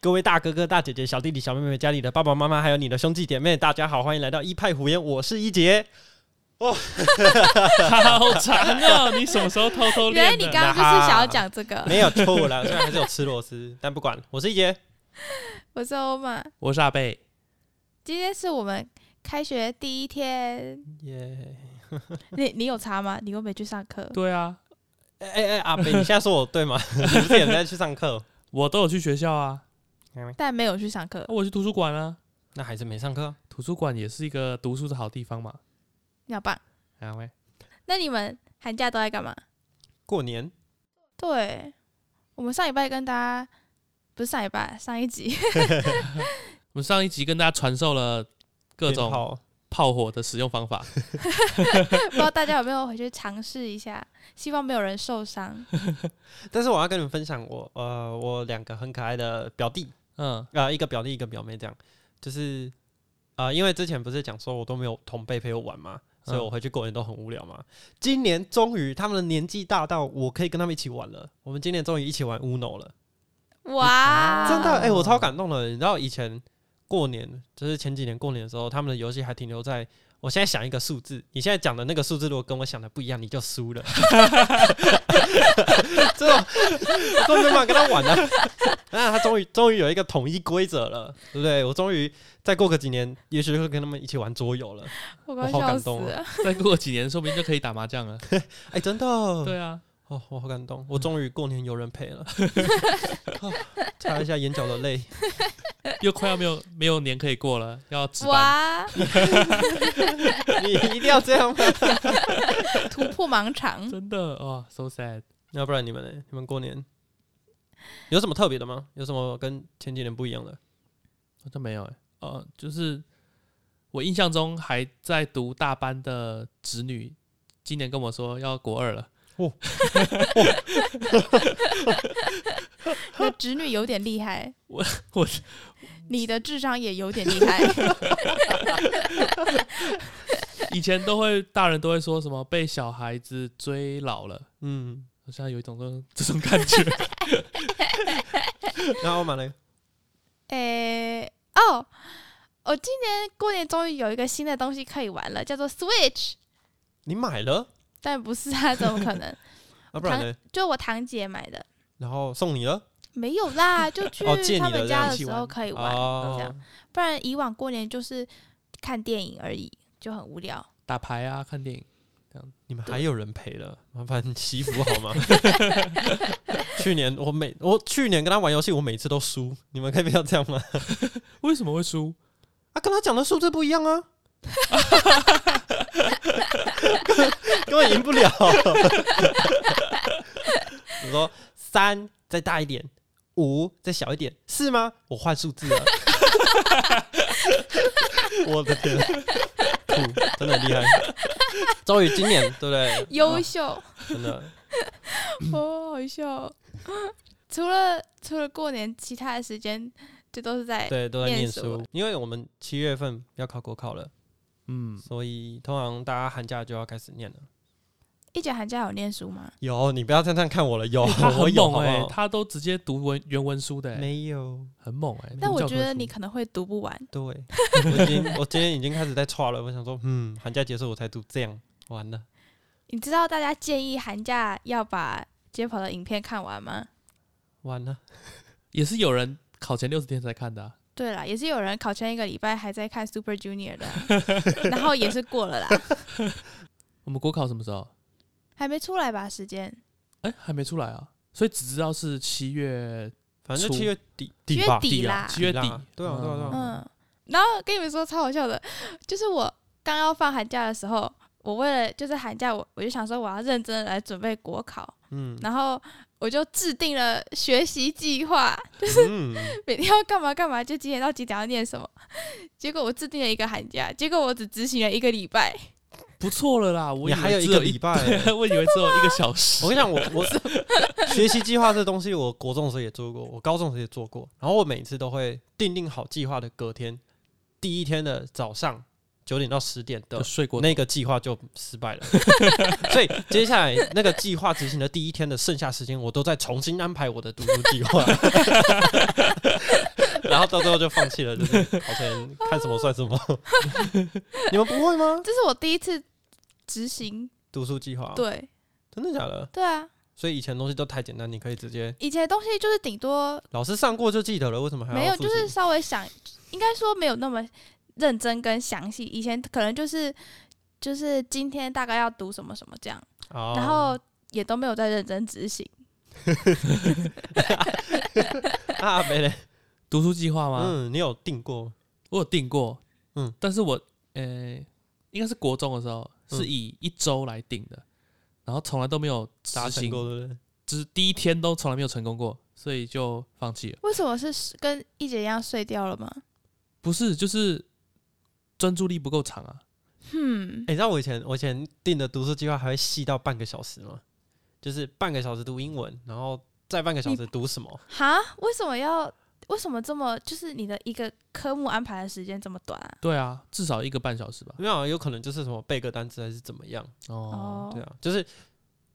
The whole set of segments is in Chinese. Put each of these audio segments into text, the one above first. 各位大哥哥、大姐姐、小弟弟、小妹妹、家里的爸爸妈妈，还有你的兄弟姐妹，大家好，欢迎来到一派胡言，我是一杰。哦好长哦！你什么时候偷偷原来练你的？刚刚就是想要讲这个。 没有错啦，虽然还是有吃螺丝，但不管，我是一杰。我是欧玛，我是阿贝，今天是我们开学第一天。耶！你你有查吗？你又没去上课。 对啊，哎哎哎，阿北，你现在说我对吗？ 你不是也在去上课？我都有去学校啊，但没有去上课啊，我去图书馆啊，那还是没上课？图书馆也是一个读书的好地方嘛。你好棒。啊喂，那你们寒假都在干嘛？过年对，我们上礼拜跟大家不是上礼拜上一集， 我们上一集跟大家传授了各鞭种炮炮火的使用方法，不知道大家有没有回去尝试一下，希望没有人受伤。但是我要跟你们分享我呃，我两个很可爱的表弟，嗯， 呃，一个表弟一个表妹，这样就是呃，因为之前不是讲说我都没有同辈陪我玩嘛，所以我回去过年都很无聊嘛。今年终于他们的年纪大到我可以跟他们一起玩了，我们今年终于一起玩 Uno 了， 哇，哦真的，哎、我超感动的。你知道以前过年，就是前几年过年的时候，他们的游戏还停留在。我现在想一个数字，你现在讲的那个数字如果跟我想的不一样，你就输了。这种这种没办法跟他玩了、那他终于终于有一个统一规则了，对不对？我终于再过个几年，也许会跟他们一起玩桌游了。我快我好笑感死动哦了。再过几年说不定就可以打麻 将了。哎、真的，对啊，哦，我好感动，我终于过年有人陪了，哦擦一下眼角的泪。又快要没有没有年可以过了，要值班。哇，哦你一定要这样吗？突破盲肠。 真的哇，so sad。要不然你们呢？你们过年有什么特别的吗？有什么跟前几年不一样的？好像没有哎、呃，就是我印象中还在读大班的侄女，今年跟我说要国二了，那侄女有点厉害，我我你的智商也有点厉害。 以前都会大人都会说什么被小孩子追老了，嗯，好像有一种这种这种感觉。 那我买了，诶、哦，我今年过年终于有一个新的东西可以玩了，叫做 Switch。你买了但不是啊，怎么可 能？啊？不然呢？就我堂姐买的，然后送你了没有啦，就去哦借你他的们这样家的一起时玩候可以玩，这哦样。不然以往过年就是看电影而已，就很无聊。打牌啊，看电影，你们还有人陪了，麻烦祈福好 吗？去年我每我去年跟他玩游戏，我每次都输，你们可以不要这样吗？为什么会输？啊，跟他讲的数字不一样啊， 根本赢不了。 你说三再大一点，五再小一点，是吗？我换数字了。 我的天，酷，真的很厉害。终于今年，对不对？优哇秀， 真的哦，好笑哦。 除了除了过年，其他的时间就都是在对，都在哎念念书书，因为我们七月份要考国考了，嗯，所以通常大家寒假就要开始念了。一姐寒假有念书吗？有，你不要这样看我了，有，他哦我很有猛好不哎、好他都直接读文原文书的、欸，没有，很猛哎、但读我教觉科得书你可能会读不完。对，我已经，我今天已经开始在刷了。我想说，嗯，寒假结束我才读，这样完了。你知道大家建议寒假要把街跑的影片看完吗？完了，也是有人考前六十天才看的啊、对啦，也是有人考前一个礼拜还在看 Super Junior 的啊， 然后也是过了啦，我们国考什么时候？还没出来吧？时间哎、还没出来啊，所以只知道是七月反正就初七月底七底月吧，底啊啦，七月底底啦。对啊对啊对啊嗯。然后跟你们说超好笑的，就是我刚要放寒假的时候，我为了就是寒假我我就想说我要认真的来准备国考，嗯然后我就制定了学习计划， 嗯，每天要干嘛干嘛，就几点到几点要念什么。结果我制定了一个寒假，结果我只执行了一个礼拜。不错了啦，我你以为还有一只个礼拜欸对 我以为只有一个小时。我跟你讲，我我 学习计划这东西，我国中的时候也做过，我高中的时候也做过。然后我每次都会定定好计划的隔天，第一天的早上九点到十点的就睡过头那个计划就失败了， 所以接下来那个计划执行的第一天的剩下时间，我都在重新安排我的读书计划， 然后到最后就放弃了，就是好像看什么算什么。 你们不会吗？这是我第一次执行，读书计划？，对真的假的？对啊，所以以前的东西都太简单，你可以直接以前的东西就是顶多老师上过就记得了，为什么还要没有，复就习是稍微想，应该说没有那么认真跟详细。以前可能就是就是今天大概要读什么什么这样，哦然后也都没有在认真执行。啊没嘞，读书计划吗？嗯，你有定过？我有定过，嗯嗯，但是我呃，应该是国中的时候嗯是以一周来定的，然后从来都没有达成执行，过对不对？就是第一天都从来没有成功过，所以就放弃了。为什么是跟一姐一样睡掉了吗？不是，就是专注力不够长啊，嗯欸，你知道我以前我以前定的读书计划还会细到半个小时吗？就是半个小时读英文，然后再半个小时读什么？哈，为什么要为什么这么就是你的一个科目安排的时间这么短啊？对啊，至少一个半小时吧。没有啊，有可能就是什么背个单词还是怎么样？哦，对啊，就是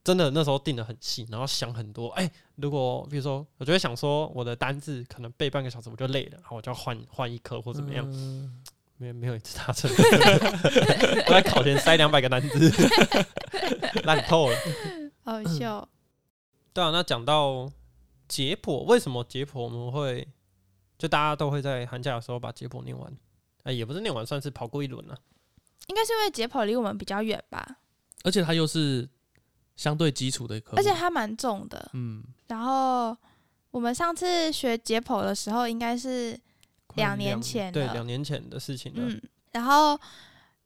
真的那时候定的很细，然后想很多。哎、如果比如说，我就会想说我的单字可能背半个小时我就累了，然后我就要换换一科或怎么样，嗯没有没有一次达成。 我在考前塞两百个单字， 烂透了。好笑，对啊，那讲到解剖，为什么解剖我们会就大家都会在寒假的时候把解剖念完？哎、也不是念完，算是跑过一轮了、啊应该是因为解剖离我们比较远吧，而且它又是相对基础的嗯科目，而且它蛮重的。嗯，然后我们上次学解剖的时候，应该是快两年前对，了两年前的事情了。嗯，然后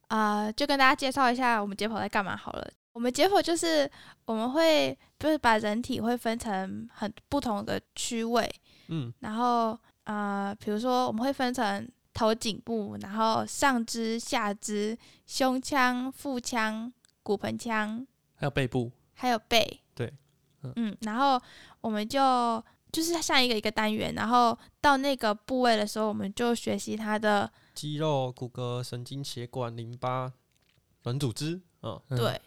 啊、呃就跟大家介绍一下我们解剖在干嘛好了。我们解剖就是我们会就是把人体会分成很不同的区位，嗯然后呃，比如说我们会分成头颈部，然后上肢、下肢、胸腔、腹腔、骨盆腔，还有背部，还有背。对，嗯嗯，然后我们就就是像一个一个单元，然后到那个部位的时候，我们就学习它的肌肉、骨骼、神经、血管、淋巴、软组织，嗯，嗯对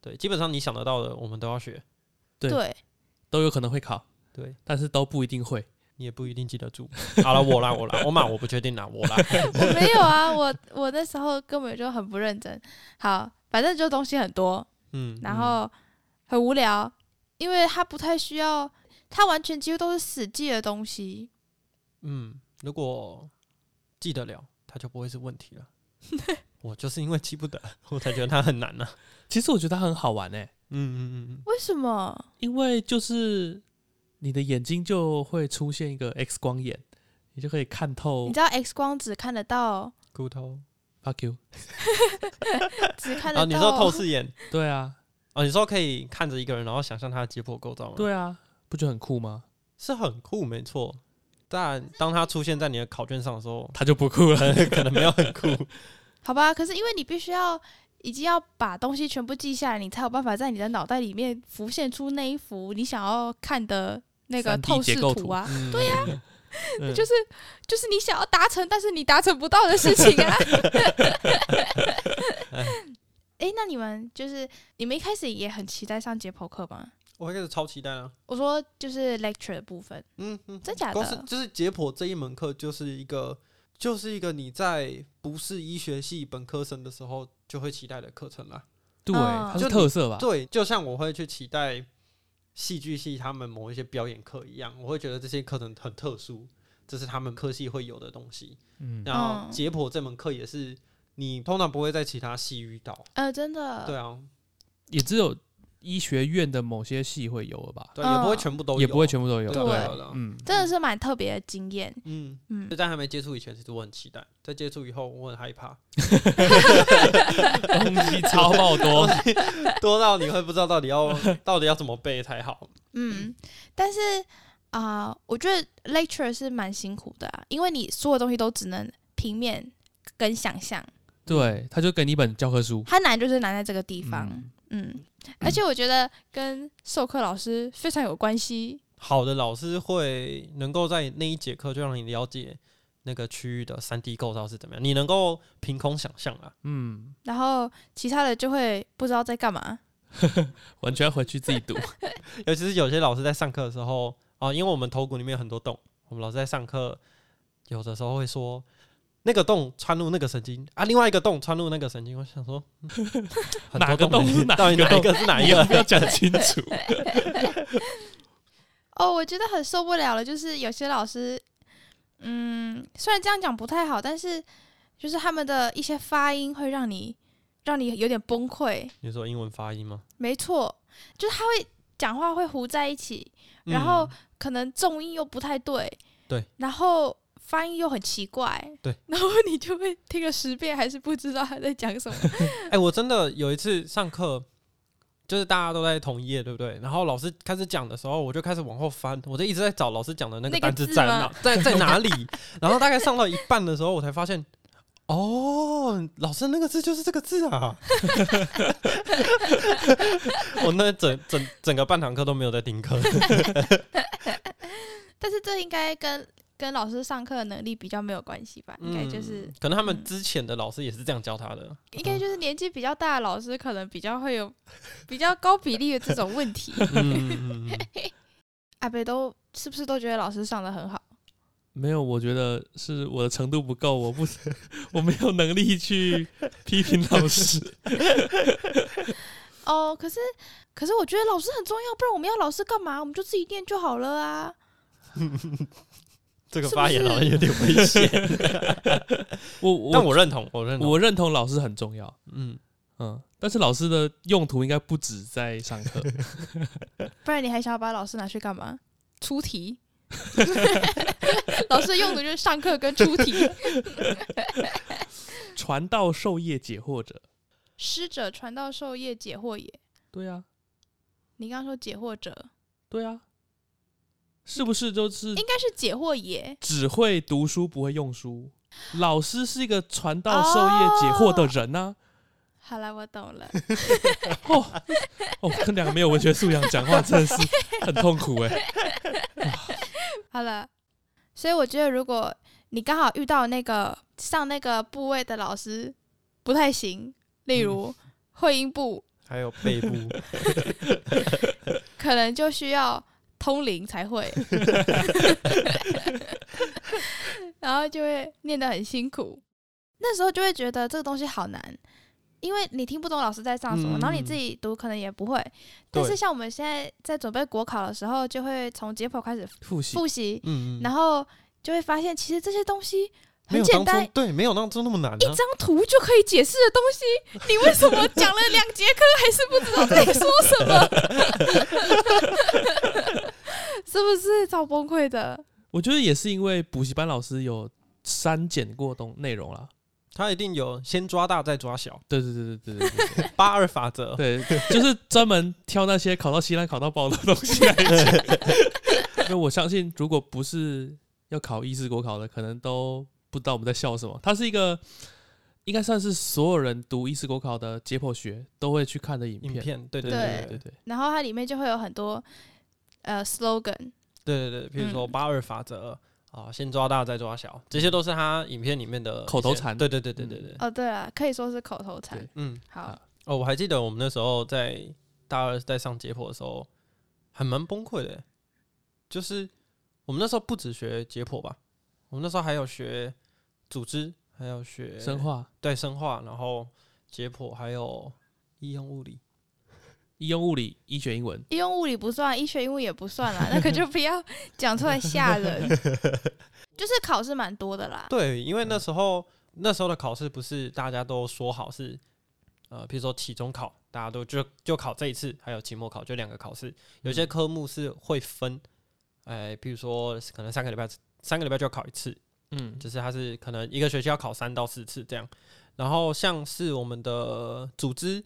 对，基本上你想得到的我们都要学。对对都有可能会考，对但是都不一定会。你也不一定记得住。好了，我啦，我啦，我嘛，我不确定啦， 我啦。我没有啊，我我那时候根本就很不认真。好，反正就东西很多，嗯，然后很无聊，因为它不太需要，它完全几乎都是死记的东西。嗯，如果记得了，它就不会是问题 了。我就是因为记不得，我才觉得它很难啊呢、其实我觉得它很好玩诶、欸嗯嗯嗯嗯，为什么？因为就是你的眼睛就会出现一个 X 光眼，你就可以看透你知道 X 光只看得到，骨头。 fuck you。只看啊，得你说到透视眼对啊，啊？你说可以看着一个人，然后想象他的解剖构造吗？，对啊，不就很酷吗？是很酷，没错。但当它出现在你的考卷上的时候，它就不酷了。可能没有很酷。 好吧？可是因为你必须要已经要把东西全部记下来，你才有办法在你的脑袋里面浮现出那一幅你想要看的那个 3D 透视结构图图啊。对呀、嗯就是就是你想要达成，但是你达成不到的事情啊。哎、那你们就是你们一开始也很期待上解剖课吗？我一开始超期待啊。我说就是 lecture 的部分，嗯嗯，真假光是的？就是解剖这一门课，就是一个就是一个你在不是医学系本科生的时候就会期待的课程啦。对，嗯它是特色吧？对，就像我会去期待戏剧系他们某一些表演课一样，我会觉得这些课程很特殊，这是他们科系会有的东西。嗯，然后嗯解剖这门课也是你通常不会在其他系遇到。呃，真的。对啊，也只有医学院的某些系会有了吧？对，也不会嗯全部都有，也不会全部都有。对对啊对啊嗯，真的是蛮特别的经验，嗯。嗯就，在还没接触以前，其实我很期待；在接触以后，我很害怕，啊东 西超爆多。多到你会不知道到底 要到底要怎么背才好。嗯，但是啊、我觉得 lecture 是蛮辛苦的、啊，因为你所有东西都只能平面跟想象，对，他就给你一本教科书。它难就是难在这个地方。嗯嗯，而且我觉得跟授课老师非常有关系。好的老师会能够在那一节课就让你了解那个区域的三 D 构造是怎么样，你能够凭空想象啊。嗯，然后其他的就会不知道在干嘛。完全回去自己读。尤其是有些老师在上课的时候啊，因为我们头骨里面有很多洞，我们老师在上课有的时候会说那个洞穿入那个神经啊，另外一个洞穿入那个神经。我想说，嗯 很哪多个洞是哪到底个哪一洞个是哪你一要个？不要讲清楚？哦，我觉得很受不了了，就是有些老师，嗯，虽然这样讲不太好，但是就是他们的一些发音会让你让你有点崩溃。你说英文发音吗？没错，就是他会讲话会糊在一起，然后嗯可能重音又不太对，对，然后发音又很奇怪，对，然后你就会听了十遍还是不知道他在讲什么。 哎、我真的有一次上课，就是大家都在同一页，对不对？然后老师开始讲的时候，我就开始往后翻，我就一直在找老师讲的那那个个单字字在吗哪，在在哪里。然后大概上到一半的时候，我才发现，哦，老师那个字就是这个字啊！ 我那整整整个半堂课都没有在 听课。但是这应该跟跟老师上课的能力比较没有关系吧？应该就是、嗯可嗯能他们嗯之前的老师也是这样教他 的。应该就是年纪比较大的老师，可能比较会有比较高比例的这种问 题。嗯嗯嗯，嗯阿北都是不是都觉得老师上的很好？没有，我觉得是我的程度不够，我不， 我没有能 力去批评老师。哦，可是可是我觉得老师很重要，不然我们要老师干嘛？我们就自己念就好了啊。这个是不发言好像是有点危 险，我我但我认同，我认同。我认同老师很重要，嗯，嗯，但是老师的用途应该不止在上 课。不然你还想要把老师拿去干嘛？出题。 老师的用途就是上课跟出题。传道授业解惑者，师者，传道授业解惑也。对啊，你刚刚说解惑者，对啊，是不是就是应该是解惑也。只会读书不会用书？老师是一个传道哦授业解惑的人呐、好了，我懂了。 哦哦，跟两个没有文学素养讲话真的是很痛苦哎、 好了，所以我觉得如果你刚好遇到那个上那个部位的老师不太行，例如会阴部，还有背部。可能就需要通灵才会， 然后就会念得很辛苦。那时候就会觉得这个东西好难，因为你听不懂老师在上什么，然后你自己读可能也不会。但是嗯对像我们现在在准备国考的时候，就会从解剖开始复习复习，嗯，嗯然后就会发现，其实这些东西没很有简当单初，对，没有当初那么难、啊。一张图就可以解释的东西，你为什么讲了两节课还是不知道在说什么？ 是不是超崩溃的？我觉得也是因为补习班老师有删减过东内容啦。他一定有先抓大再抓 小，对对对对对对对八二法则。对，对就是专门挑那些考到稀烂、考到爆的东西来讲。因为我相信，如果不是要考医师国考的，可能都不知道我们在笑什么。它是一个应该算是所有人读医师国考的解剖学都会去看的影影片。片，对对对对对对对对，然后它里面就会有很多呃 slogan，对对对，比如说嗯八二法则啊，先抓大再抓小，这些都是他影片里面的口头一些禅对对对对对对，哦，对啊，可以说是口头禅对。嗯，好啊，哦，我还记得我们那时候在大二在上解剖的时候，还蛮崩溃的，就是我们那时候不只学解剖吧，我们那时候还有学组织，还有学生化、对生化，然后解剖，还有应用物理。医用物理、医学英文，医用物理不算，医学英文也不算啦，那可就不要讲出来吓人。就是考试蛮多的啊啦，对，因为嗯那时候、那时候的考试不是大家都说好是，呃，比如说期中考，大家都就就考这一次，还有期末考，就两个考试。有嗯些科目是会分，呃，比如说可能三个礼拜三个礼拜就要考一次，嗯，就是它是可能一个学期要考三到四次这样。然后像是我们的组织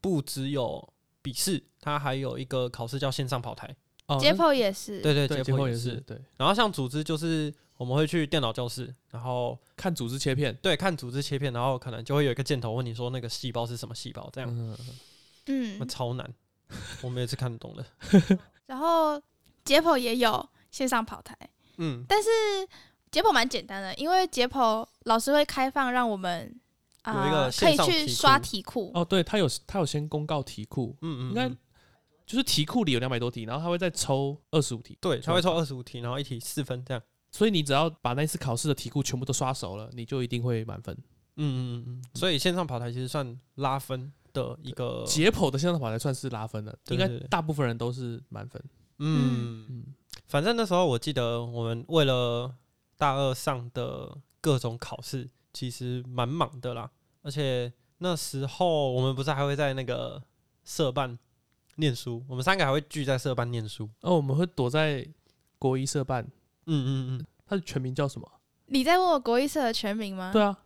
不只有笔试，它还有一个考试叫线上跑台。哦解那剖也是。对对，对解解剖剖也也是是。对，然后像组织就是我们会去电脑教室，然后看组织切片，对，看组织切片，然后可能就会有一个箭头问你说那个细胞是什么细胞，这样、嗯，嗯那，超难， 我们也是看得懂的。然后解剖也有线上跑台，嗯，但是解剖蛮简单的，因为解剖老师会开放让我们啊、有一个可线以上去题库刷题库，哦，对他有他有先公告题库，嗯嗯应该嗯，就是题库里有两百多题，然后他会再抽二十五题，对，他会抽二十五题，然后一题四分这样。所以你只要把那次考试的题库全部都刷熟了，你就一定会满分。嗯嗯嗯，嗯，所以线上跑台其实算拉分的一个，解剖的线上跑才算是拉分的，对应该对对大部分人都是满分。嗯，嗯，反正那时候我记得我们为了大二上的各种考试，其实蛮忙的啦。而且那时候我们不是还会在那个社办念书，我们三个还会聚在社办念书。哦，我们会躲在国一社办，嗯嗯嗯，它的全名叫什么？你在问我国医社的全名吗？对啊，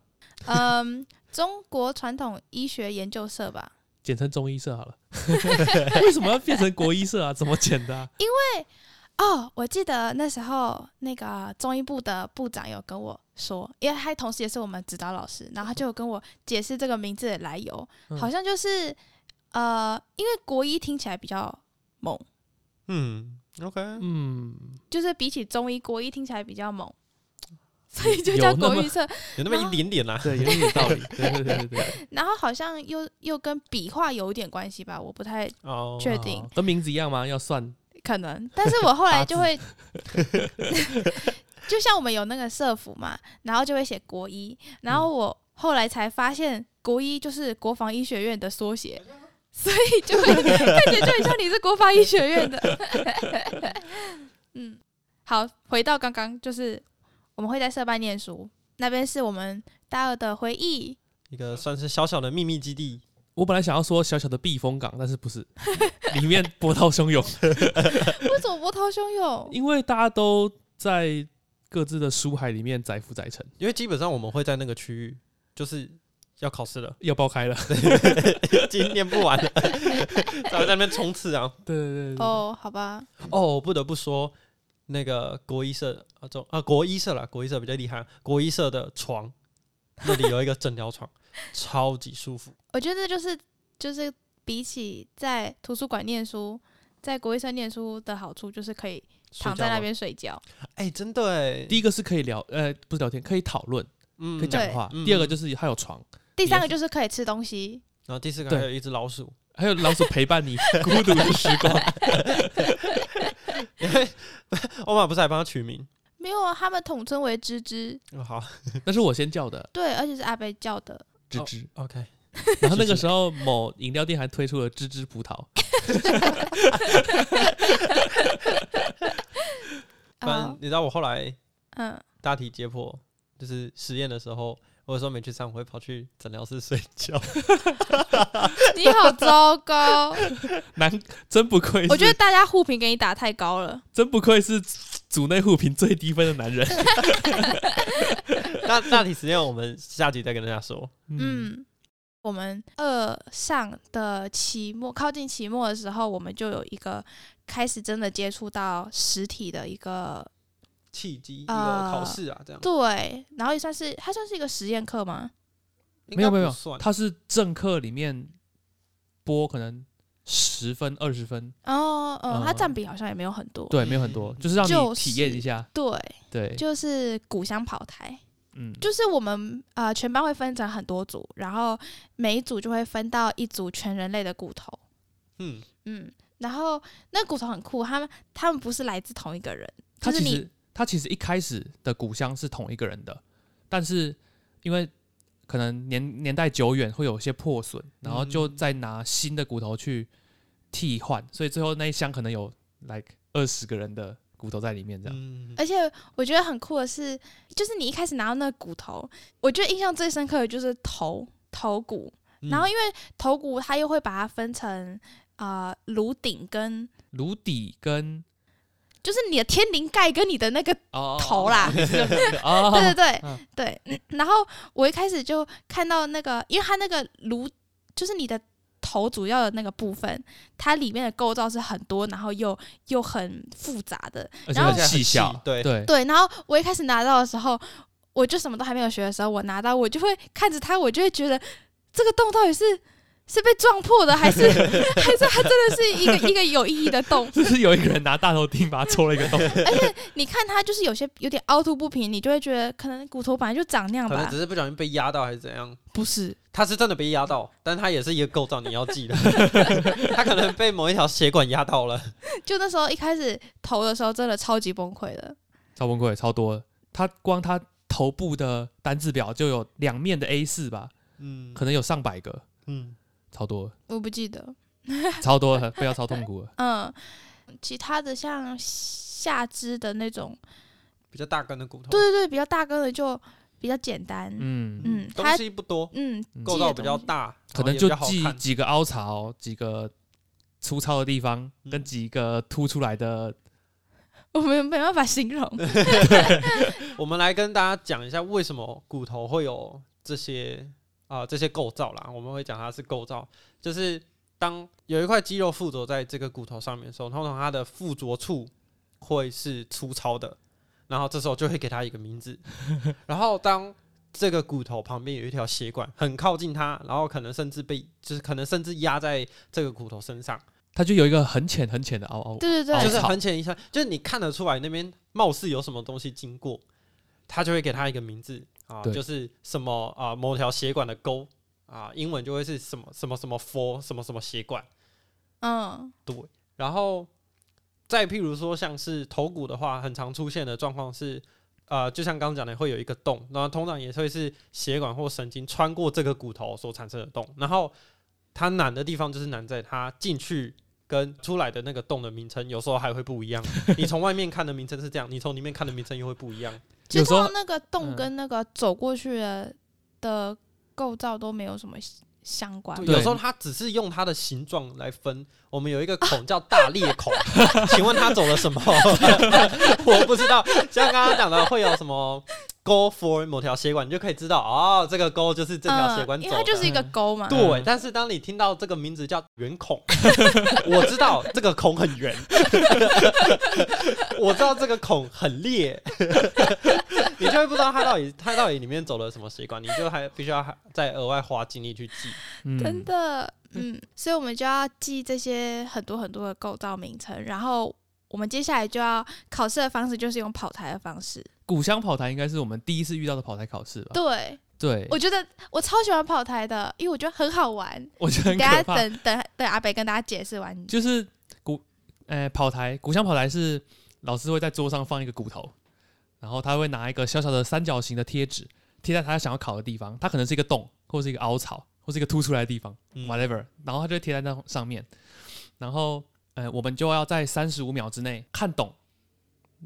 嗯，中国传统医学研究社吧。简称中医社好了。 为什么要变成国医社啊？怎么简的、啊？ 哦，我记得那时候那个中医部的部长有跟我说，因为他同时也是我们指导老师，然后他就有跟我解释这个名字的来由，嗯好像就是呃，因为国医听起来比较猛，嗯，OK，嗯，就是比起中医，国医听起来比较猛，所以就有叫那国么医社。有那么一点点啦。对，有点道理。 对对对对对，然后好像又又跟笔画有一点关系吧，我不太哦，确定。跟啊名字一样吗？要算可能，但是我后来就会， 就像我们有那个社服嘛，然后就会写国医，然后我后来才发现国医就是国防医学院的缩写，所以就会看起来就很像你是国防医学院的。 嗯，好，回到刚刚，就是我们会在社办念书，那边是我们大二的回忆。一个算是小小的秘密基地。我本来想要说小小的避风港，但是不是，里面波涛汹涌，为什么波涛汹涌？因为大家都在各自的书海里面载浮载沉，因为基本上我们会在那个区域，就是要考试了，要爆开了。今天念不完了，才会在那边冲刺啊。对对对对，哦，好吧，哦，不得不说，那个国医社啊，中啊国医社啦，国医社比较厉害，啊国医社的床那里有一个诊疗床，超级舒服。我觉得就是就是比起在图书馆念书，在国医生念书的好处就是可以躺在那边睡觉。睡觉吗，哎、真的哎，第一个是可以聊，呃，不是聊天，可以讨论，嗯可以讲话。对第二个就是它有床，第三个就是可以吃东西，然后第四个对还有一只老鼠， 还有老鼠陪伴你 孤独的时光。 欧玛不是还帮他取名？没有啊，他们统称为芝芝，哦、好那是我先叫的，对，而且是阿贝叫的。芝哦芝。 ，OK，然后那个时候，某饮料店还推出了芝芝葡萄，反正啊，你知道我后来嗯， 大体解剖就是实验的时候，我有时候没去上，我会跑去诊疗室睡觉。你好糟糕， 难，真不愧是，我觉得大家互评给你打太高了。真不愧是组内互评最低分的 男人。那大体实验我们下集再跟大家说。嗯，嗯，我们二上的期末，靠近期末的时候，我们就有一个开始真的接触到实体的一个契机一个呃考试啊，这样对，然后也算是它算是一个实验课吗？应没有该没有不算他是正课里面播可能十分二十分，哦，嗯，它嗯占比好像也没有很多。对，没有很多，就是让就你体验一下。对，对，就是古香跑台，嗯，就是我们呃全班会分成很多组，然后每一组就会分到一组全人类的骨头，嗯，嗯，然后那骨头很酷，他们他们不是来自同一个人，他就是其你实他其实一开始的故乡是同一个人的，但是因为可能年年代久远会有一些破损，然后就嗯再拿新的骨头去替换，所以最后那一箱可能有 like 二十个人的骨头在里面这样。嗯，而且我觉得很酷的是，就是你一开始拿到那个骨头，我觉得印象最深刻的就是头头骨，嗯嗯然后因为头骨它又会把它分成啊颅顶跟颅底跟就是你的天灵盖跟你的那个哦头啦，哦，对对对、嗯对、 嗯然后我一开始就看到那个，因为它那个颅就是你的头主要的那个部分，它里面的构造是很多，然后又又很复杂的。而且然后很细小，对 对，对，然后我一开始拿到的时候，我就什么都还没有学的时候，我拿到我就会看着它，我就会觉得这个洞到底是。是被撞破的， 还是 还是它真的是一个 一个有意义的洞？就是有一个人拿大头钉把它戳了一个洞，你看它就是有些有点凹凸不平，你就会觉得可能骨头本来就长那样可能吧只？是不小心被压到还是怎样。不是，他是真的被压到，但他也是一个构造，你要 记得，他可能被某一条血管压到 了。就那时候一开始投的时候，真的超级崩溃的。超崩溃，超多的。他光他头部的单字表就有两面的 A 四吧，嗯可能有上 百个，嗯，超多的，我不记得，超多 的，被要超痛苦了。嗯，其他的像下肢的那种，哦比较大根的骨头，对对对，比较大根的就比较简单，嗯，嗯，东它西不多，嗯嗯构造比较，大，可能哦然后也比就较好记看几个凹槽、几个粗糙的地方，嗯跟几个凸出来的。我们没办法形容， 哦我们来跟大家讲一下为什么骨头会有这些啊、这些构造啦。我们会讲它是构造，就是当有一块肌肉附着在这个骨头上面的时候，通常它的附着处会是粗糙的，然后这时候就会给它一个名字。 然后当这个骨头旁边有一条血管很靠近它，然后可能甚至被就是可能甚至压在这个骨头身上，它就有一个很浅很浅的凹凹，对对凹哦就对，是槽很浅一下，就是你看得出来那边貌似有什么东西经过，他就会给他一个名字啊，对就是什么啊、某条血管的沟啊，英文就会是什么什么什么 for 什么什么血管。嗯，然后再譬如说像是头骨的话，很常出现的状况是。呃，就像刚刚讲的，会有一个洞，然后通常也会是血管或神经穿过这个骨头所产生的洞。然后它难的地方就是难在它进去跟出来的那个洞的名称有时候还会不一样。你从外面看的名称是这样，你从里面看的名称又会不一样。就有时候通常那个洞嗯跟那个走过去的的构造都没有什么相关，对对有时候它只是用它的形状来分。我们有一个孔叫大裂孔， 请问它走了什么？ 我不知道。像刚刚讲的，会有什么沟 for 某条血管，你就可以知道哦，这个沟就是这条血管嗯，走因的。为它就是一嗯个沟嘛，对，但是当你听到这个名字叫圆孔， 我知道这个孔很圆， 我知道这个孔很裂， 你就会不知道它到底它到底里面走了什么血管，你就还必须要还再额外花精力去记。嗯真的，嗯，所以我们就要记这些很多很多的构造名称，然后我们接下来就要考试的方式就是用跑台的方式。古香跑台应该是我们第一次遇到的跑台考试吧？对，哦对，我觉得我超喜欢跑台的，因为我觉得很好玩。我觉得很等下可怕。等等等阿北跟大家解释完，就是骨，呃，跑台骨香跑台是老师会在桌上放一个骨头，然后他会拿一个小小的三角形的贴纸贴在他想要烤的地方，它可能是一个洞，或是一个凹槽，或是一个凸出来的地方嗯，whatever，然后他就会贴在那上面，然后呃，我们就要在三十五秒之内看懂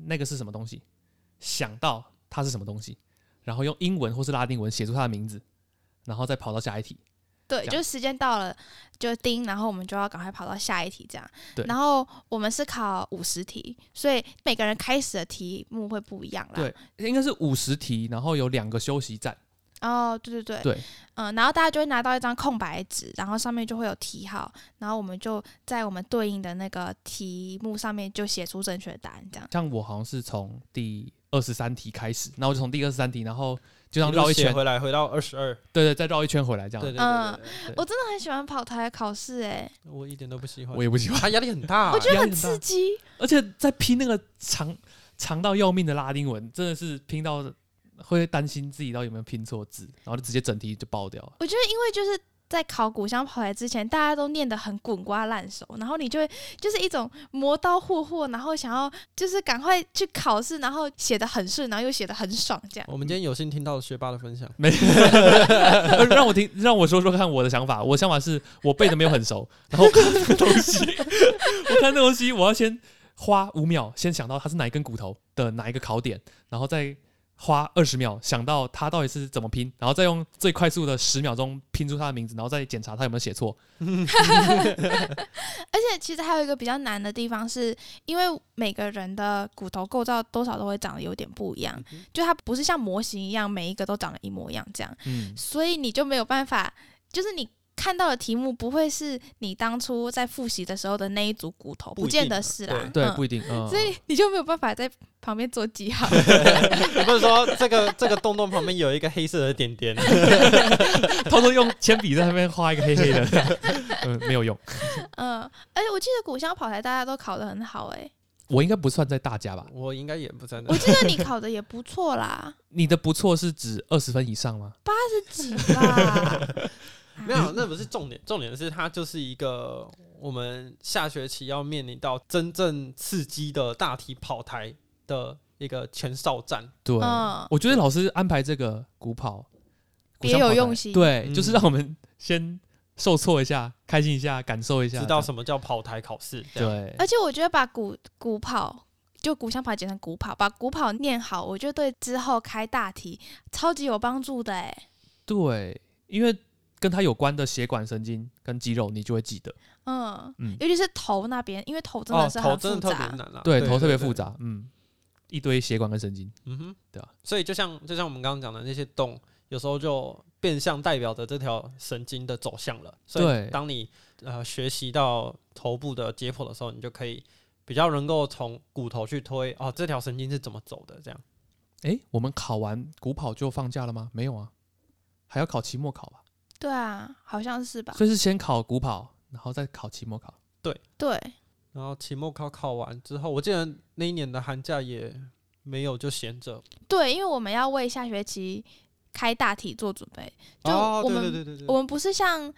那个是什么东西，想到它是什么东西，然后用英文或是拉丁文写出它的名字，然后再跑到下一题。对，这样就是时间到了就叮，然后我们就要赶快跑到下一题这样对。然后我们是考五十题，所以每个人开始的题目会不一样啦。对，应该是五十题，然后有两个休息站。哦，对对对，对，嗯，然后大家就会拿到一张空白纸，然后上面就会有题号，然后我们就在我们对应的那个题目上面就写出正确的答案，这样。像我好像是从第二十三题开始，然后我就从第二十三题，然后一就这样路绕一写圈，啊回来，回到二十二。对对，再绕一圈回来这对样。对嗯对对我真的很喜欢跑台的考试、欸，对，我一点都不喜欢我。也不喜 欢，他压力很大，啊我觉得压很力很刺大激。而且在拼那个长长到要命的拉丁文，真的是拼到会担心自己到底有没有拼错字，然后就直接整题就爆掉了。我觉得因为就是在考古香跑台之前，大家都念得很滚瓜烂熟，然后你就会就是一种磨刀霍霍，然后想要就是赶快去考试，然后写得很顺，然后又写得很爽，这样。我们今天有幸听到学霸的分享， 没，让我听，让我说说看我的想法。我的想法是我背的没有很 熟，然后我看那个东西， 我看那东西，我要先花五秒先想到它是哪一根骨头的哪一个考点，然后再花二十秒想到它到底是怎么拼，然后再用最快速的十秒钟拼出它的名字，然后再检查它有没有写错。而且其实还有一个比较难的地方是，因为每个人的骨头构造多少都会长得有点不一样，就它不是像模型一样每一个都长得一模一样这样，嗯，所以你就没有办法，就是你。看到的题目不会是你当初在复习的时候的那一组骨头，不不一见定啊得是啦。对，嗯不一定。 嗯所以你就没有办法在旁边做记号。 你不是说这个 这个洞洞旁边有一个黑色的点 点？ 偷偷用铅笔在那边画一个黑黑的，嗯，没有用。嗯，而且我记得古香跑台大家都考得很好、 欸，我应该不算在大家吧？我应该也不在那我。记得你考的也不错啦，你的不错是指二十分以上吗？几吧？没有，那不是重点，重点是它就是一个我们下学期要面临到真正刺激的大题跑台的一个前哨战。对， 嗯我觉得老师安排这个古跑，别古香跑有用台心对，嗯就是让我们先受挫一下，开心一下，感受一下，知道什么叫跑台考试？这样，对，而且我觉得把古古跑就古香跑简成古跑，把古跑念好，我觉得对之后开大题超级有帮助的、欸，对，因为跟它有关的血管、神经跟肌肉，你就会记得。嗯，嗯尤其是头那边，因为头真哦，的是头很真复的特别杂，难啊，对，头特别复，杂，嗯，一堆血管跟神经。嗯哼，对啊。所以就像就像我们刚刚讲的那些洞，有时候就变相代表着这条神经的走向了。所对以当你呃学习到头部的解剖的时候，你就可以比较能够从骨头去推哦，这条神经是怎么走的这样。诶，我们考完古跑就放假了吗？没有啊，还要考期末考吧？对啊，好像是吧？所以是先考古跑，然后再考期末考。对，然后期末考考完之后，我记得那一年的寒假也没有就闲着，对，因为我们要为下学期开大题做准备，就哦，我对们、对对对对，我们不是像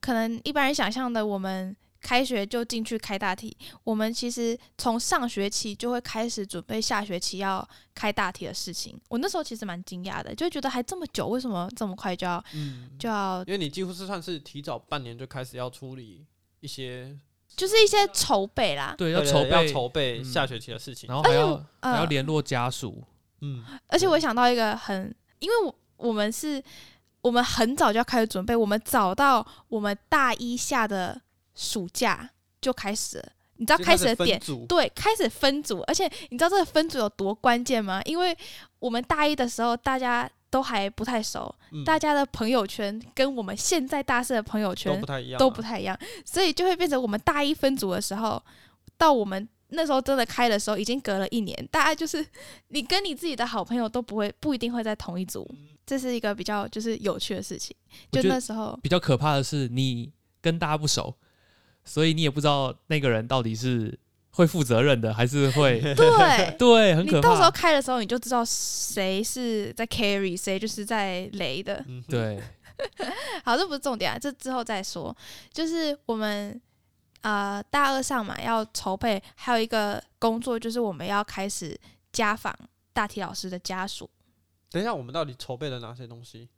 可能一般人想象的，我们开学就进去开大题，我们其实从上学期就会开始准备下学期要开大题的事情。我那时候其实蛮惊讶的，就觉得还这么久，为什么这么快就要嗯，就要因为你几乎是算是提早半年就开始要处理一些就是一些筹备啦？对，对筹对备，要筹备嗯下学期的事情，然后还要、呃还要联络家属。嗯，而且我想到一个很，因为我我们是，我们很早就要开始准备，我们早到我们大一下的暑假就开始了，你知道就开始的分点。组，对，开始分组，而且你知道这个分组有多关键吗？因为我们大一的时候，大家都还不太熟，嗯大家的朋友圈跟我们现在大四的朋友都圈不太一样啊，都不太一样，所以就会变成我们大一分组的时候，到我们那时候真的开的时候，已经隔了一年，大家就是你跟你自己的好朋友都不会不一定会在同一组，这是一个比较就是有趣的事情。嗯我就觉那得时 候，比较可怕的是，你跟大家不熟，所以你也不知道那个人到底是会负责任的，还是 会。对对，很你可到时候怕。开的时候，你就知道谁是在 carry，谁就是在雷的。嗯哼，对，好，这不是重点啊，这之后再说。就是我们呃大二上嘛，要筹备，还有一个工作就是我们要开始家访大体老师的家属。等一下，我们到底筹备了哪些东西？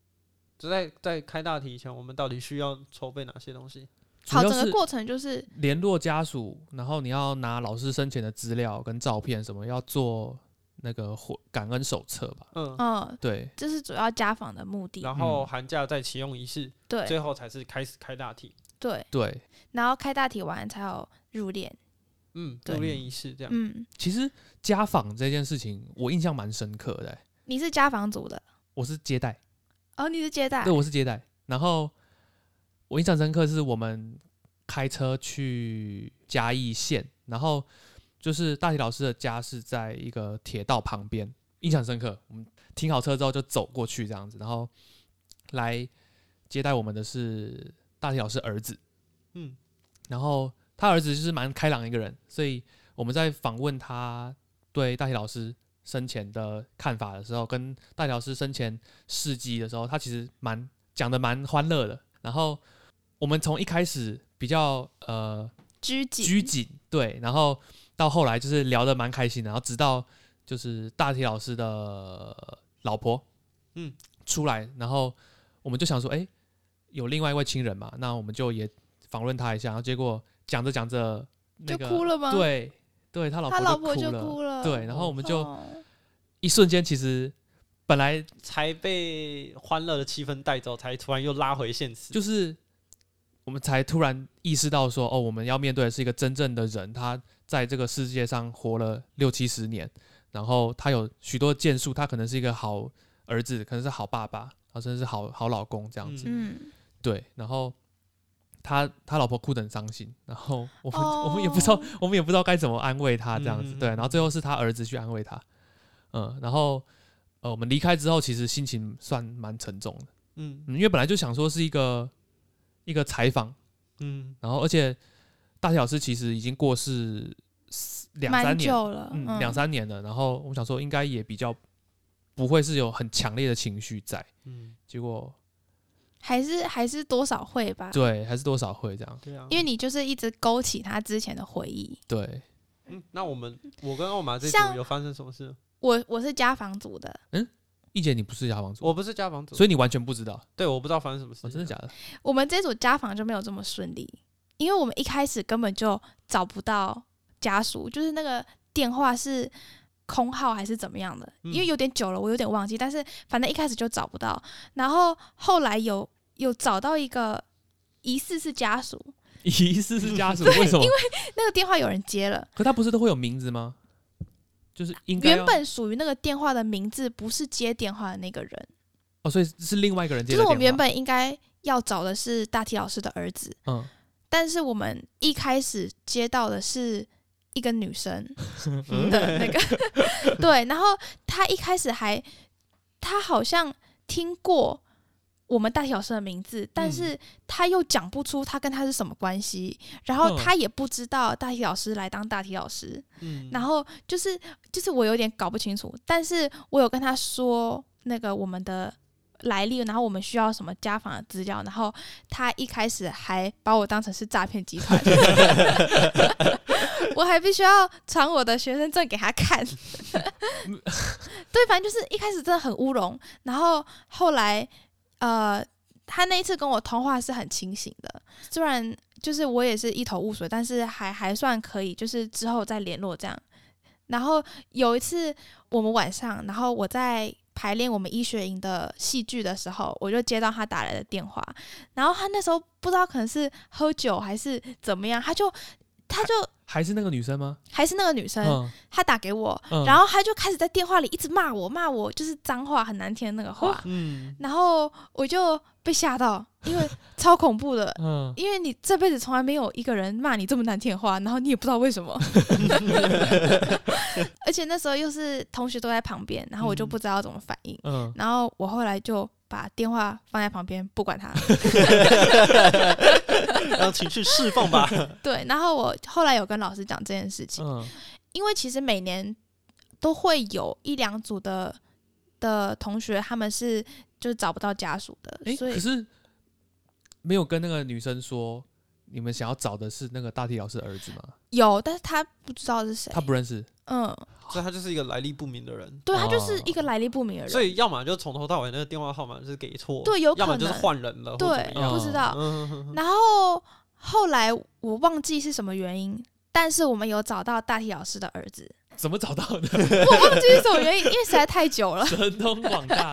就在在开大题以前，我们到底需要筹备哪些东西？主好，要整个是过程就是联络家属，然后你要拿老师生前的资料跟照片，什么要做那个回感恩手册吧？嗯，嗯，对，这是主要家访的目的。然后嗯寒假再启用仪式，最对后才是开始开大题，对，对，然后开大体完才有入殓。嗯，对入殓仪式这样。嗯，其实家访这件事情，我印象蛮深刻的欸、你是家访组的，我是接待，哦，你是接待对，。我是接待。然后我印象深刻是我们开车去嘉义县，然后就是大体老师的家是在一个铁道旁边，印象深刻。我们停好车之后就走过去这样子，然后来接待我们的是大体老师儿子，嗯，然后他儿子就是蛮开朗的一个人，所以我们在访问他对大体老师生前的看法的时候，跟大体老师生前事迹的时候，他其实蛮讲的蛮欢乐的。然后我们从一开始比较呃拘谨。拘谨，对，然后到后来就是聊得蛮开心的，然后直到就是大体老师的老婆，嗯，出来，然后我们就想说，哎、有另外一位亲人嘛，那我们就也访问他一下，然后结果讲着讲着、那就个，哭了吗？，对，对他老他老婆就就了，哭了。对，然后我们就哦一瞬间，其实本来才被欢乐的气氛带走，才突然又拉回现实。就是我们才突然意识到说，哦，我们要面对的是一个真正的人，他在这个世界上活了六七十年，然后他有许多建树，他可能是一个好啊嗯儿子，可能是好爸爸，然后甚至是好好老公这样子。嗯，对，然后他他老婆哭得很伤心，然后我们、哦我们也不知道我们也不知道该怎么安慰他这样子，嗯对，然后最后是他儿子去安慰他，嗯，然后呃我们离开之后，其实心情算蛮沉重的，嗯嗯，因为本来就想说是一个一个采访，嗯然后而且大体老师其实已经过世四两三蛮年，久了，嗯，两三年了，然后我们想说应该也比较不会是有很强烈的情绪在，嗯，结果还是还是多少会吧，对还是多少会这样，对啊，因为你就是一直勾起他之前的回忆。对，嗯那我们我跟奥马这像组有发生什么事？我我是家访组的，一姐你不是牙房族，我不是家访组，所以你完全不知道。对我不知道发生什么事哦，情，真的假的？我们这组家访就没有这么顺利，因为我们一开始根本就找不到家属，就是那个电话是空号还是怎么样的，嗯因为有点久了，我有点忘记，但是反正一开始就找不到，然后后来有有找到一个疑似是家属， 疑似是家属， 为什么？那个电话有人接了。可他不是都会有名字吗？就是应该要原本属于那个电话的名字不是接电话的那个人，哦，所以是另外一个人接就是的电话。我们原本应该要找的是大体老师的儿子，嗯，但是我们一开始接到的是一个女 生的那个， 对，然后她一开始还，她好像听过我们大体老师的名字，嗯但是她又讲不出她跟她是什么关系，然后嗯她也不知道大体老师来当大体老师，嗯，然后就是就是我有点搞不清楚，但是我有跟他说那个我们的来历，然后我们需要什么家访的资料，然后他一开始还把我当成是诈骗集团，我还必须要传我的学生证给他看。对，反正就是一开始真的很乌龙，然后后来呃，他那一次跟我通话是很清醒的，虽然就是我也是一头雾水，但是还还算可以，就是之后再联络这样。然后有一次我们晚上，然后我在排练我们医学营的戏剧的时候，我就接到他打来的电话，然后他那时候不知道可能是喝酒还是怎么样，他就他就还是那个女生吗？还是那个女生，嗯她打给我，嗯，然后后他就开始在电话里一直骂我，骂我就是脏话，很难听的那个哦话。嗯然后我就被吓到，因为超恐怖的，嗯，因为你这辈子从来没有一个人骂你这么难听的话，然后你也不知道为什 么。而且那时候又是同学都在旁边，然后我就嗯不知道怎么反应。嗯，然后我后来就把电话放在旁边，不 管他。让情绪释放吧。 对，然后我后来有跟老师讲这件事情，嗯，因为其实每年都会有一两组的的同学，他们是就是找不到家属的，哎，所可以是没有跟那个女生说你们想要找的是那个大体老师的儿子吗？有，但是他不知道是谁他。不认识，嗯，所以他就是一个来历不明的人，对他就哦是一个来历不明的人，所以要么就从头到尾那个电话号码就是给错，对有可要能么就是换人了，或怎么对啊样样不知道。嗯哼哼然后后来我忘记是什么原因。但是我们有找到大体老师的儿 子，怎么找到的？ 我忘记是什么原因，因为实在太久了。神通广大，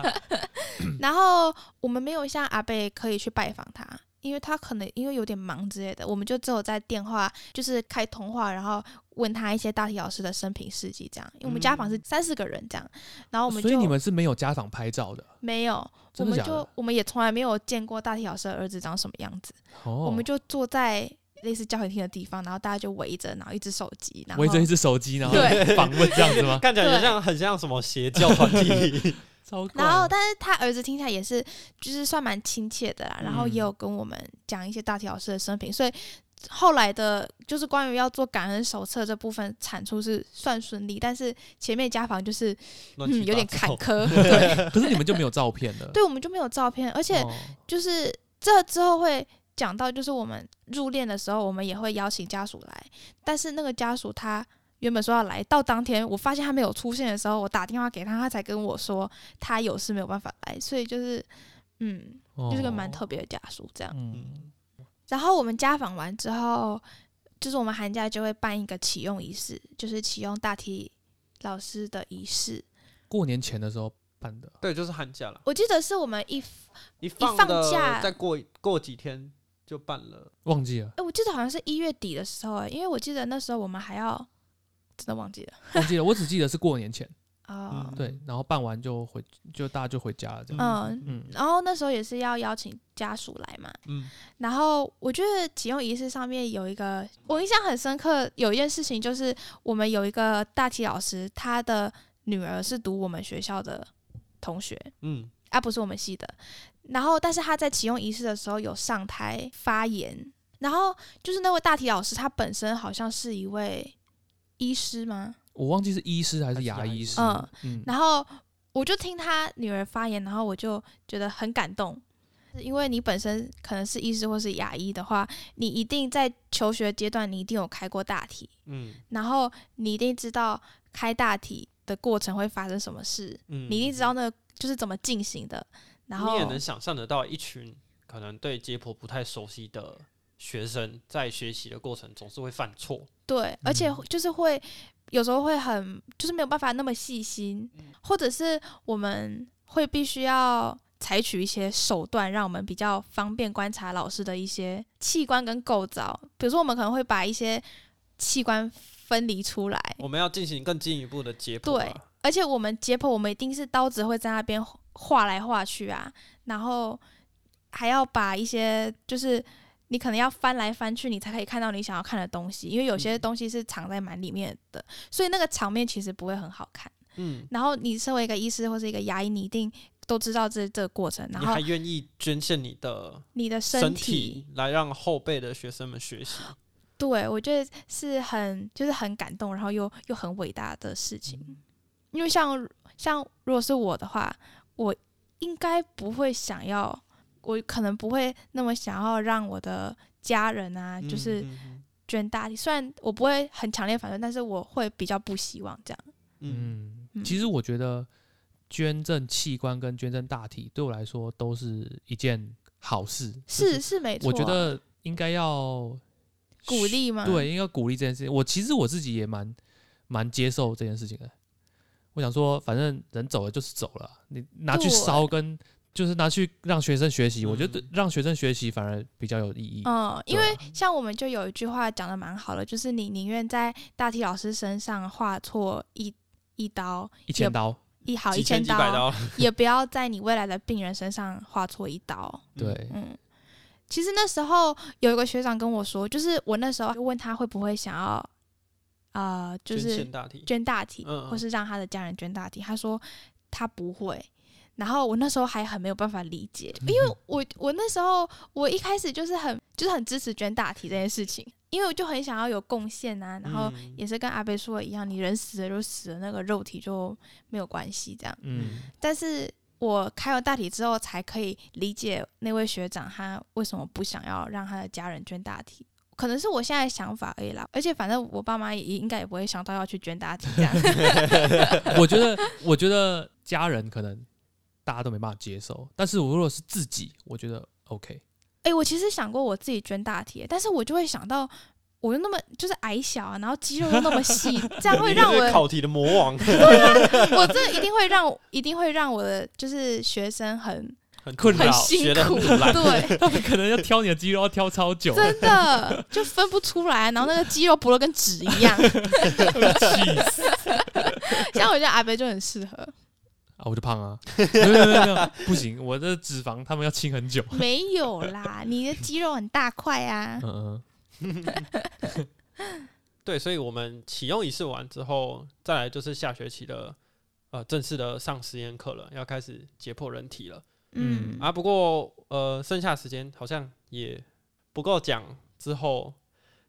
嗯然后我们没有像阿贝可以去拜访他，因为他可能因为有点忙之类的，我们就只有在电话就是开通话，然后问他一些大体老师的生平事迹这样。因为我们家访是三四个人这样，然后我们就嗯哦所以你们是没有家访拍照的没有，我真的们假的就我们也从来没有见过大体老师的儿子长什么样子，哦，我们就坐在类似教学厅的地方，然后大家就围着，然后一只手机，然后围着一只手机，然后对访问这样 子 吗？看起来很像很像什么邪教团体，超怪然后，但是他儿子听起来也是，就是算蛮亲切的啦。然后嗯也有跟我们讲一些大体老师的生平，所以后来的，就是关于要做感恩手册这部分产出是算顺利，但是前面家访就是乱七嗯八糟有点坎。坷， 对，可是你们就没有照片了，对我们就没有照片，而且哦，就是这之后会讲到，就是我们入殓的时候，我们也会邀请家属来，但是那个家属他。原本说要来，到当天我发现他没有出现的时候，我打电话给他，他才跟我说他有事没有办法来，所以就是，嗯，哦就是个蛮特别的家属这样。嗯嗯，然后我们家访完之后，就是我们寒假就会办一个启用仪式，就是启用大体老师的仪式。过年前的时候办的，对，就是寒假了，我记得是我们一，一放放的假再过过几天就办了。忘记了， 哎，我记得好像是一月底的时候、哎，因为我记得那时候我们还要，真的忘记了。忘记了，我只记得是过年前，哦，嗯对，然后办完就回，就大家就回家了，这样。嗯嗯然后那时候也是要邀请家属来嘛，嗯然后我觉得启用仪式上面有一个我印象很深刻，有一件事情就是我们有一个大体老师，他的女儿是读我们学校的同学，嗯啊，不是我们系的。然后，但是他在启用仪式的时候有上台发言，然后就是那位大体老师，他本身好像是一位医师吗？我忘记是医师还是牙医师。嗯嗯然后我就听他女儿发言，然后我就觉得很感动，因为你本身可能是医师或是牙医的话，你一定在求学阶段，你一定有开过大体，嗯然后你一定知道开大体的过程会发生什么事，嗯，你一定知道那个就是怎么进行的。然后你也能想象得到，一群可能对解剖不太熟悉的学生，在学习的过程总是会犯错。对，而且嗯就是会有时候会很，就是没有办法那么细心，或者是我们会必须要采取一些手段，让我们比较方便观察老师的一些器官跟构造。比如说，我们可能会把一些器官分离出来，我们要进行更进一步的解剖对啊。而且我们解剖，我们一定是刀子会在那边划来划去啊，然后还要把一些就是你可能要翻来翻去，你才可以看到你想要看的东西，因为有些嗯东西是藏在蛮里面的，所以那个场面其实不会很好看。嗯，然后你身为一个医师或是一个牙医，你一定都知道这这个过程，然你后还愿意捐献你的你的身身啊体来让后辈的学生们学习？对我觉得是很就是很感动，然后又又很伟大的事情。嗯因为像像如果是我的话，我应该不会想要，我可能不会那么想要让我的家人啊，嗯就是嗯嗯捐大体。虽然我不会很强烈反对，但是我会比较不希望这样。嗯嗯嗯其实我觉得捐赠器官跟捐赠大体对我来说都是一件好事，就是是没错，啊嗯我觉得应该要鼓励吗？对，应该鼓励这件事情。我其实我自己也蛮蛮接受这件事情的。我想说，反正人走了就是走了，啊你拿去对烧跟就是拿去让学生学习，我觉得嗯让学生学习反而比较有意义。嗯，因对啊为像我们就有一句话讲的蛮好的，就是你宁愿在大体老师身上划错一一刀，一千刀，一好几一千几百刀，也不要在你未来的病人身上划错一刀。对，嗯，其实那时候有一个学长跟我说，就是我那时候问他会不会想要，呃，就捐是献大体。捐大体，嗯嗯或是让他的家人捐大体，他说他不会。然后我那时候还很没有办法理解，嗯因为我我那时候我一开始就是很就是很支持捐大体这件事情，因为我就很想要有贡献啊，然后嗯也是跟阿贝说的一样，你人死了就死了，那个肉体就没有关系这样。嗯，但是我开了大体之后，才可以理解那位学长他为什么不想要让他的家人捐大体，可能是我现在的想法而已啦。而且反正我爸妈也应该也不会想到要去捐大体这 样。 我觉得，我觉得家人可能大家都没办法接受，但是我如果是自己，我觉得 OK。哎、我其实想过我自己捐大体，但是我就会想到。我又那么就是矮小啊，然后肌肉又那 么细，这样会你让这我是考题的魔 王，我这一定会让一定会让我的就是学生很很困很扰辛学得苦，很烂对，他们可能要挑你的肌肉，要挑超 久，真的就分不出来，然后那个肌肉薄的跟纸一样，气死像我觉得阿北就很适合，啊！我就胖啊，没有没有没有没有，不行，我的脂肪他们要清很久。没有啦，你的肌肉很大块啊嗯。嗯，对，所以我们启用仪式完之后，再来就是下学期的呃正式的上实验课了，要开始解剖人体了嗯嗯啊。不过呃，剩下时间好像也不够讲之后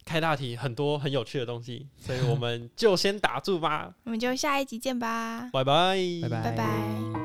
开大题很多很有趣的东西，所以我们就先打住吧，我们就下一集见吧，拜拜，嗯拜拜拜拜。